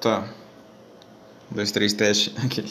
Tá. Um, dois, três, teste. Aqueles.